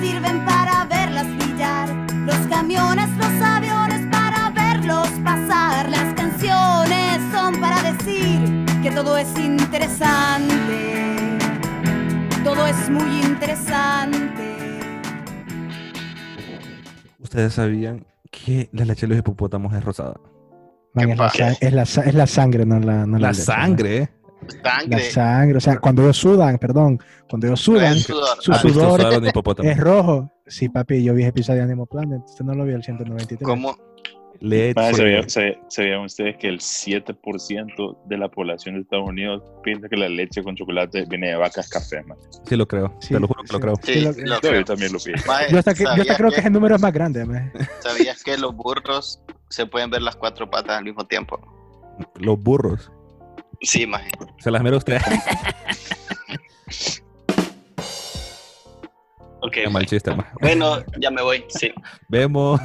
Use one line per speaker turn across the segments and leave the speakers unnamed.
sirven para verlas brillar, los camiones, los aviones para verlos pasar, las canciones son para decir que todo es interesante, todo es muy interesante.
Ustedes sabían que la leche de los hipopótamos es rosada.
Man,
¿Qué
es, la,
pasa?
sa- es la sa- es la sangre, no la, no la
La
leche,
sangre, ¿eh?
La
Sangre.
sangre, o sea, cuando ellos sudan, perdón, cuando ellos sudan,
el sudor.
su
Ah,
¿Has visto
sudor
sudar a un hipopótamo?
es rojo. Sí, papi, yo vi ese episodio de Animal Planet, usted no lo vio el 193.
¿Cómo?
Leche.
Ah,
Madre, ¿sabía- sabe- ¿Sabían ustedes que el 7% de la población de Estados Unidos piensa que la leche con chocolate viene de vacas café, man?
Sí lo creo,
Sí,
te lo juro que
sí.
lo creo.
Sí,
Sí, lo-
lo
No,
creo.
yo también lo pienso.
Mae,
Yo hasta, que- yo hasta
¿sabías
creo que
que-
ese número es más grande. man.
¿Sabías que los burros se pueden ver las cuatro patas al mismo tiempo?
Los burros.
Sí, maje.
Se las mero usted.
Ok.
Qué mal chiste, ma.
Bueno, ya me voy. Sí.
Vemos.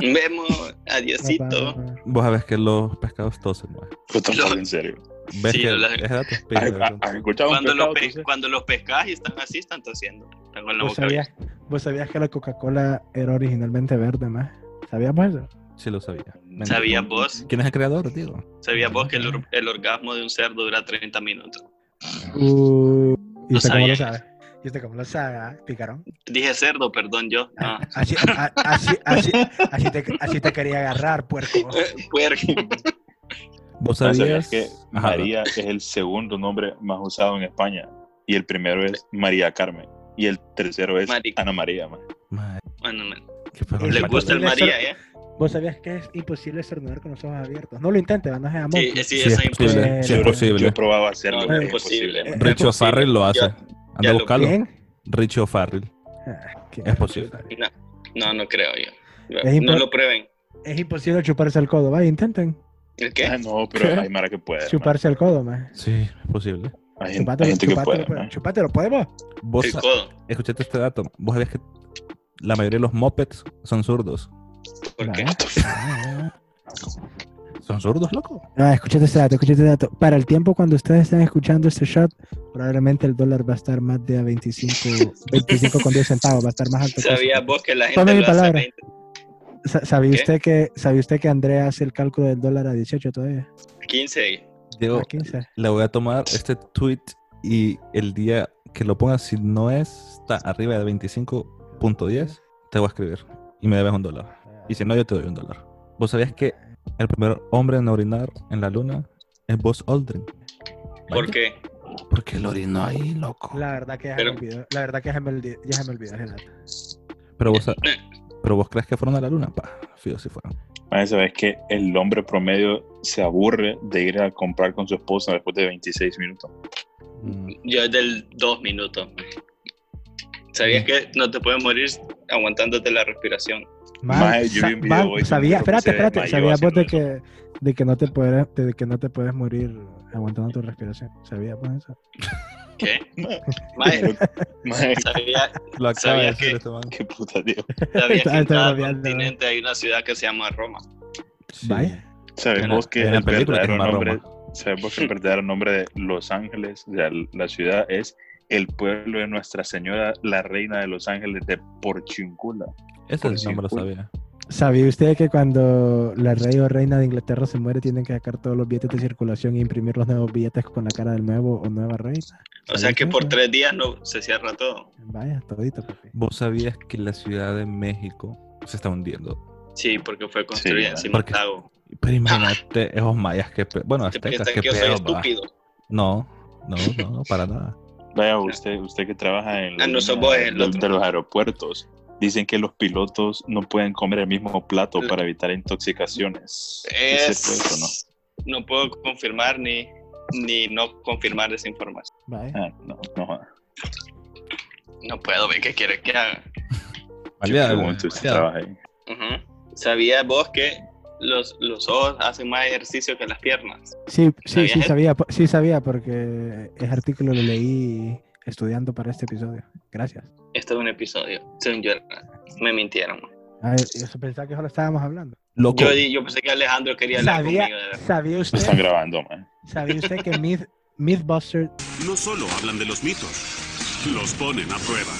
Vemos. Adiosito.
Vos sabés que los pescados tosen, ma.
Puta
Lo-
madre, en serio.
Ves
Sí,
que
lo- ah,
es dato,
¿Has-
pero-
has- has escuchado un
Cuando los,
pescado,
pe-
entonces?
cuando los pescas y están así, están tosiendo. Están con la
¿Vos
boca
sabías, vos sabías que la Coca-Cola era originalmente verde, más? ¿Sabíamos eso?
ah.
Sí lo sabía.
abierta. ¿Sabías vos?
¿Quién es el creador, tío?
¿Sabías vos que el, or- el orgasmo de un cerdo dura 30 minutos?
Uh, ¿Y
No
usted cómo lo
sabía.
sabe? ¿Y usted cómo lo sabe? ah? ¿Picarón?
Dije cerdo, perdón yo. Ah.
Así, a- así, así, así, te, así te quería agarrar, puerco.
Puerco.
¿Vos
¿Sabías,
sabías
que
Ajá.
María es el segundo nombre más usado en España? Y el primero es María Carmen. Y el tercero es
Marica.
Ana María, man.
Ma,
Bueno, man,
qué perro
Le
le
de
gusta el
Debe ser-
María, ¿eh?
¿Vos sabías que es imposible estornudar con los ojos abiertos? No lo intentes, no seas
Sí,
monkey.
sí,
Sí,
eso
es
es imposible.
posible. Sí, es
Yo-
Yo he
posible.
probado hacerlo,
No,
man,
es
es imposible.
imposible.
Eh,
Richie
posible.
O'Farrell lo hace.
Ya-
Anda
ya
a
lo-
buscarlo.
¿Quién?
Richie O'Farrell.
Ah, qué-
Es posible.
No, no creo yo.
Es
No
impor-
lo prueben.
Es imposible chuparse el codo, vaya, intenten
¿El qué?
Ah, no, pero hay Mara que puede. man.
chuparse el codo, man.
Sí, es posible.
Hay, gente- hay
Chupátelo,
gente que
chupátelo,
puede.
pues.
man.
Chupátelo, ¿podemos?
Vos
el
sa-
codo.
escuchaste este dato. Vos sabías que la mayoría de los mopeds son zurdos.
¿Por qué?
Ah,
¿Son zurdos, loco?
ah, escúchate este dato, escúchate este dato. Para el tiempo cuando ustedes están escuchando este shot, probablemente el dólar va a estar más de a 25, 25 con 10 centavos, va a estar más alto. que eso.
¿Sabías vos que la gente
Tome mi
lo hace a
palabra.
20?
Sa- ¿Sabía
¿Qué?
usted, que, ¿Sabía usted que Andrea hace el cálculo del dólar a 18 todavía?
15?
Diego,
a 15.
le voy a tomar este tweet y el día que lo ponga, si no está arriba de 25.10, te voy a escribir y me debes un dólar. Y si no, yo te doy un dólar. ¿Vos sabías que el primer hombre en orinar en la luna es Buzz Aldrin?
¿Por qué?
Porque lo orinó ahí, loco.
La verdad que ya
Pero-
se me olvidó, la verdad que ya se me olvidó, ya se me olvidó ese dato.
Pero
Eh.
vos, sa- pero vos crees que fueron a la luna, pa. Fío si fueron.
Man, ¿Sabes que el hombre promedio se aburre de ir a comprar con su esposa después de 26 minutos?
Mm.
Yo es del 2 minutos. ¿Sabías que no te puedes morir aguantándote la respiración?
Man,
Mae, yo
sa-
vi un video
man,
hoy de un
sabía,
perro que
espérate,
se
espérate,
desmayó
sabías vos de
haciendo
que, de que no te puedes, de que no te puedes morir aguantando tu respiración. Sabías vos eso.
¿Qué?
Mae.
Mae,
Mae,
¿sabías,
Lo acaba de
¿Sabías
decir
que-
este man.
qué puta, tío.
sabías
Estaba-
que en cada
estaba viendo.
continente hay una ciudad que se llama Roma?
Sí.
Vaya.
En la-
Sabemos que
en la
el
película
verdadero
tiene más
nombre,
Roma.
sabemos que el verdadero nombre de Los Ángeles, de la- la ciudad, es el pueblo de Nuestra Señora, la reina de Los Ángeles de Porchincula.
Ese
Por
Pues
sí no me lo
circuito.
sabía.
¿Sabía usted que cuando la rey o reina de Inglaterra se muere tienen que sacar todos los billetes de circulación e imprimir los nuevos billetes con la cara del nuevo o nueva reina?
O sea
¿Sabía
que
usted
por
eso?
tres días no se cierra todo.
Vaya, todito, papi.
Vos sabías que la Ciudad de México se está hundiendo.
Sí, porque fue construida
Sí,
encima
porque-
del lago.
Pero imagínate esos mayas que... pe- Bueno,
Te
aztecas
piensan
que
que yo soy
pedo, va.
estúpido.
No, no, no, no, para nada.
Vaya, usted, usted que trabaja en la
Ah, no, sos
línea
vos, el
de,
otro.
de los aeropuertos, dicen que los pilotos no pueden comer el mismo plato para evitar intoxicaciones.
Es...
cierto eso, no?
no? puedo confirmar ni, ni no confirmar esa información.
Vaya.
Ah, no, no.
No puedo ver qué quieres que haga.
Yo
Baleada,
pregunto, usted
baleada.
trabaja ahí.
Ujú. ¿Sabías vos que los, los ojos hacen más ejercicio que las piernas?
Sí, sí, sí
¿Sabías?
sabía, po- sí sabía porque ese artículo lo leí estudiando para este episodio. Gracias.
Esto Este es un episodio. Según yo, me mintieron.
Ay, yo pensaba que solo estábamos hablando.
Loco,
Yo, di- yo pensé que Alejandro quería hablar
¿Sabía,
conmigo. De verdad.
sabía
Lo están
usted,
grabando, man.
sabía usted que Myth- Mythbusters
No solo hablan de los mitos, los ponen a prueba.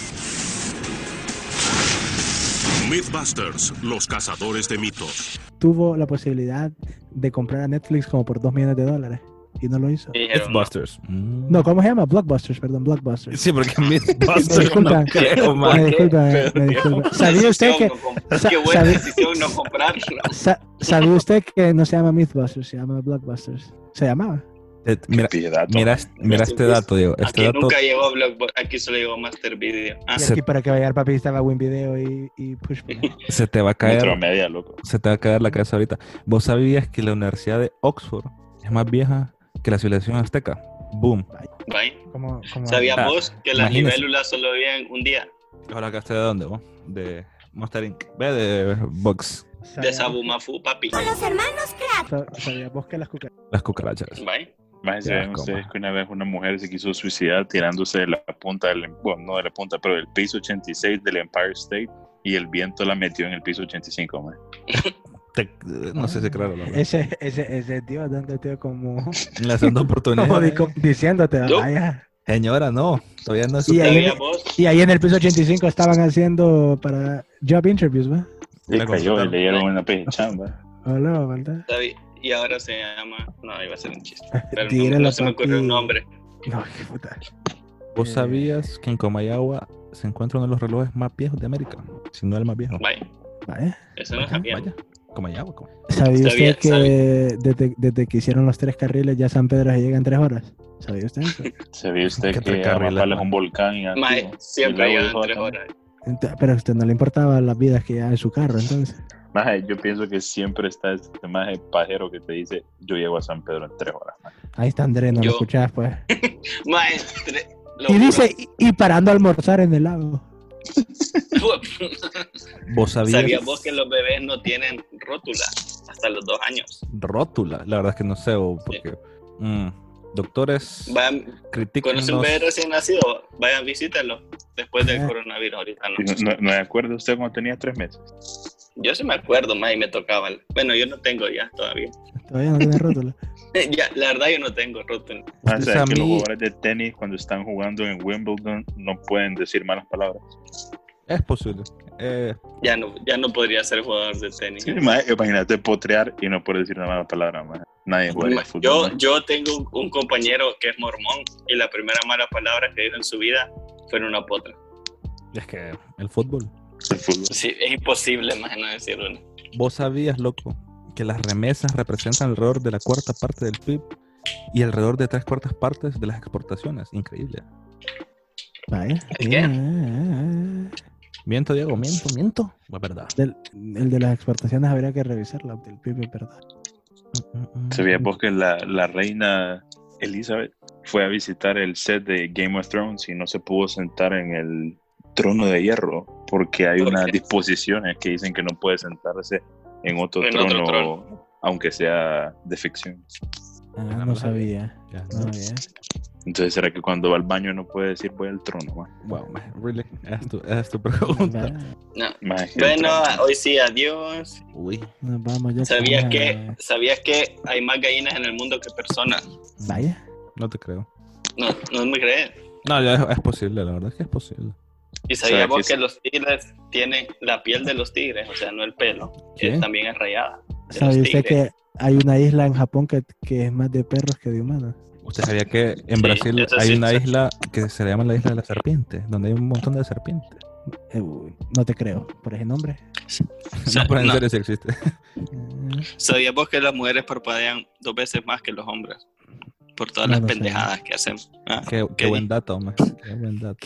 Mythbusters, los cazadores de mitos.
tuvo la posibilidad de comprar a Netflix como por 2 millones de dólares y no lo hizo?
Y dijeron,
Mythbusters. Mm.
No, ¿cómo se llama? Blockbusters, perdón, Blockbusters.
Sí, porque
Me
Mythbusters
disculpa.
no creo,
¿por
Me
man.
qué?
disculpa, eh, me
"Qué
disculpa.
buena
¿Sabía usted que,
decisión no comp-
sa-
Qué buena
sabi-
decisión no comprarlo.
sa- ¿Sabía usted que no se llama Mythbusters, se llama Blockbusters? Se llamaba.
Eh, Mira,
Qué dato,
mira, mira
Sí,
este
pues,
dato, Diego. Este
Aquí
dato
nunca llegó Blockbuster, aquí solo llegó Master Video. Ah,
Y
Se-
aquí para que vaya el papi estaba Win Video y, y Push. Play.
se te va a
man.
caer.
Metro media, loco.
se te va a caer la cabeza ahorita. ¿Vos sabías que la Universidad de Oxford es más vieja que la civilización azteca? Boom.
bye.
Como, como-
¿Sabías
Ah,
vos que las
imagínese.
libélulas solo vivían un día?
Ahora acabaste de dónde, vos? De Monster Inc. Ve de Vox.
sabía-
De Sabumafu, papi.
Con los hermanos Crack.
sa- sabía vos que las cucarachas.
Las cucarachas.
Bye.
Más
Qué
saben
asco,
ustedes
man.
que una vez una mujer se quiso suicidar tirándose de la punta del, bueno, no de la punta, pero del piso 86 del Empire State y el viento la metió en el piso 85, man.
Te- no sé si claro. La, verdad.
Ese, ese, ese tío dándote como,
la segunda oportunidad.
como dico- diciéndote,
No.
vaya.
Señora, no. Todavía no es
Y
su-
ahí,
¿Sabías
en,
vos?
y ahí en el piso 85 estaban haciendo para job interviews, ¿va?
Y
La
cayó y
consultaron.
le dieron una pija chamba.
Hola, ¿verdad?
Sabi- Y ahora se llama... No, iba a ser un chiste. Pero
Tírala,
no, no se me
papi.
ocurrió un nombre.
No, qué puta.
¿Vos sabías que en Comayagua se encuentra uno de los relojes más viejos de América? Si no el más viejo.
Bye.
Vaya.
Eso no sabía.
Vaya. Comayagua. Comay-
¿Sabía
Sabía-
usted que Desde, desde que hicieron los tres carriles ya San Pedro se llega en tres horas? ¿Sabía usted eso?
Se vio usted
Qué
que
precario,
Amapala
la-
es un volcán. y
Mae,
activo.
siempre
Y luego
llegan
dijo,
tres
"Ah,
horas.
Ent- Pero a usted no le importaba las vidas que llevaba en su carro, entonces.
Maje, yo pienso que siempre está este maje pajero que te dice, yo llego a San Pedro en tres horas. maje".
Ahí está Andrés, no
Yo.
lo escuchás, pues.
Mae, tre- lo
Y
juro.
dice, y, y parando a almorzar en el lago.
¿Vos sabías?
¿Sabías vos que los bebés no tienen rótula hasta los dos años?
Rótula. La verdad es que no sé. o Porque... Mm. Doctores,
Vayan, conoce un
critíquenos.
bebé recién nacido, vayan, visítenlo. Después del
Ah.
coronavirus, ahorita no.
Y ¿No, no, no me acuerdo usted cuando tenía tres meses?
Yo sí me acuerdo, más y me tocaba. Bueno, yo no tengo ya todavía.
Todavía no tiene rótula.
Ya, la verdad, yo no tengo rótula.
Maje,
Usted
¿sabe
a
que los
mí-
jugadores de tenis cuando están jugando en Wimbledon no pueden decir malas palabras?
Es posible. Eh,
Ya no, ya no podría ser jugador de tenis.
Sí, maje, imagínate potrear y no poder decir una mala palabra, maje. Nadie juega
Ma-
al fútbol.
yo,
maje.
yo tengo un, un compañero que es mormón y la primera mala palabra que dijo en su vida fue en una potra.
es que el fútbol.
El fútbol.
Sí, es imposible, más no decir una.
¿Vos sabías, loco, que las remesas representan alrededor de la cuarta parte del PIB y alrededor de tres cuartas partes de las exportaciones? Increíble.
Vaya. Mira,
¿El qué?
ah, ah, ah.
Miento, Diego, miento, miento. Es verdad.
Del- el de las exportaciones habría que revisarlo, del Ah, PIB, ¿verdad?
Mm,
¿Sabías vos pues que la, la reina Elizabeth fue a visitar el set de Game of Thrones y no se pudo sentar en el trono de hierro porque hay
¿Por
unas
qué?
disposiciones que dicen que no puede sentarse en otro,
En otro
trono, aunque sea de ficción?
Ah,
Ah, no
no
lo sabía.
sabía.
Ya,
No sabía.
Entonces, ¿será que cuando va al baño no puede decir voy al trono? ma?
Wow, man, really. Es tu, es tu pregunta.
Vaya,
No.
Más que el
Bueno,
trono.
hoy sí, adiós.
Uy.
Nos vamos ya.
¿Sabías
con
que,
la-
¿Sabías que hay más gallinas en el mundo que personas?
Vaya.
No te creo.
No, no me crees.
No, ya es, es posible, la verdad es que es posible.
¿Y sabías
¿Sabes
vos
qué
que los tigres tienen la piel de los tigres? O sea, no el pelo.
¿Qué?
que también es rayada. De
¿Sabía
los
usted
tigres.
que hay una isla en Japón que, que es más de perros que de humanos?
¿Usted sabía que en
Sí,
Brasil
eso
hay
sí,
una
sí.
isla que se le llama la isla de la serpiente, donde hay un montón de serpientes?
Eh, uy, no te creo, por ese nombre.
Sí,
no, pero en
no.
serio sí existe.
Ah.
¿Sabías vos que las mujeres parpadean dos veces más que los hombres? Por todas
No
las
lo sé.
pendejadas que hacemos. Ah,
Qué, qué
¿qué
buen
di-
dato, man. Qué buen dato.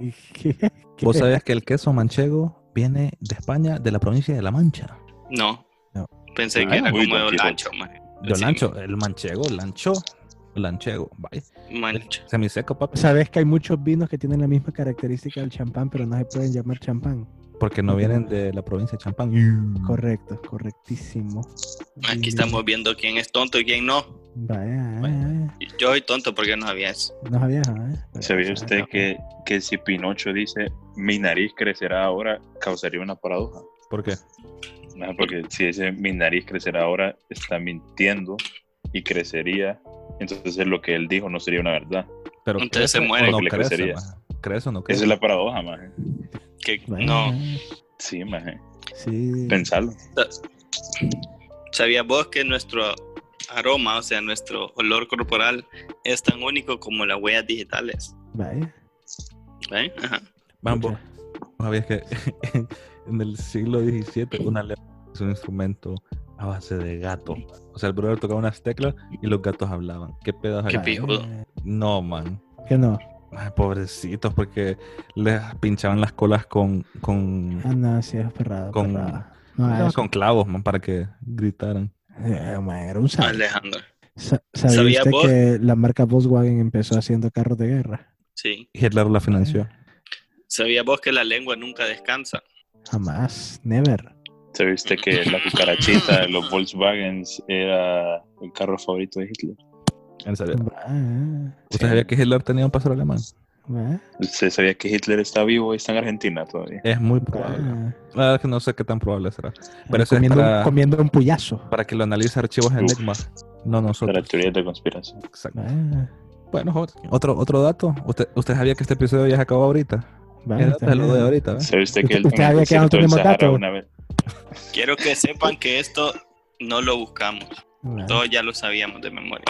¿Y qué- qué-
¿Vos sabías que el queso manchego viene de España, de la provincia de La Mancha?
No.
No.
Pensé
Ah,
que era
uy,
como
Don
de
Quijote.
lancho, man.
Yo
Sí.
lancho, el manchego, lancho, lanchego, vaya.
Mancho.
Semiseco, papi.
¿Sabes que hay muchos vinos que tienen la misma característica del champán, pero no se pueden llamar champán?
Porque no vienen de la provincia de Champán.
Correcto, correctísimo.
Aquí estamos viendo quién es tonto y quién no.
Vaya, ah,
Bueno. Y Yo soy tonto porque no sabía eso.
no sabía, ¿eh?
¿Sabía usted que, que si Pinocho dice mi nariz crecerá ahora, causaría una paradoja?
¿Por qué?
Ah, Porque si dice mi nariz crecerá ahora, está mintiendo y crecería. Entonces lo que él dijo no sería una verdad.
Pero
Entonces se
¿crece o
muere.
No
Le
crece,
crecería.
maje? ¿Crece o no
Esa
crece?
es la paradoja, maje.
Que,
Vaya, ah,
no.
Sí, maje.
Sí.
Pensalo.
¿Sabías vos que nuestro aroma, o sea, nuestro olor corporal, es tan único como las huellas digitales?
Vaya.
¿Ven? Ajá.
Mambo. ¿No ¿Sabías que en el siglo XVII una leona es un instrumento a base de gato? O sea, el brother tocaba unas teclas y los gatos hablaban. ¿Qué pedazo?
Qué
de-
pijo. pijudo.
No, man.
Que no.
Ay, pobrecitos, porque les pinchaban las colas con, con,
Ah, no, sí, es perrado.
Con-
perrado. No,
no,
es-
con clavos, man, para que gritaran.
eh, man, era un sal.
Alejandro.
Sa- ¿Sabía,
¿Sabía
usted
vos?
que la marca Volkswagen empezó haciendo carros de guerra?
Sí.
Hitler la financió.
Ah.
¿Sabías vos que la lengua nunca descansa?
Jamás, never.
¿Sabía usted que la cucarachita de los Volkswagens era el carro favorito de Hitler?
En serio.
Va,
¿Usted sabía que Hitler tenía un pastor alemán?
va,
¿Usted sabía que Hitler está vivo y está en Argentina todavía?
Es muy
va.
probable. La verdad es que no sé qué tan probable será. Pero eso es
comiendo,
para-
comiendo un puyazo.
Para que lo analice archivos
Uf.
Enigma. No
De
nosotros.
las teorías de conspiración.
Exacto.
Va,
Bueno, joder, otro, otro dato. ¿Usted, usted sabía que este episodio ya se acabó ahorita.
va,
El dato
está
se lo doy
bien.
ahorita. ¿ve?
¿Sabe usted que
Usted-
el,
Ah, usted
en el
había quedado en
desierto del
últimos
Sahara
datos.
una vez?
Quiero que sepan que esto no lo buscamos.
Va.
Todos ya lo sabíamos de memoria.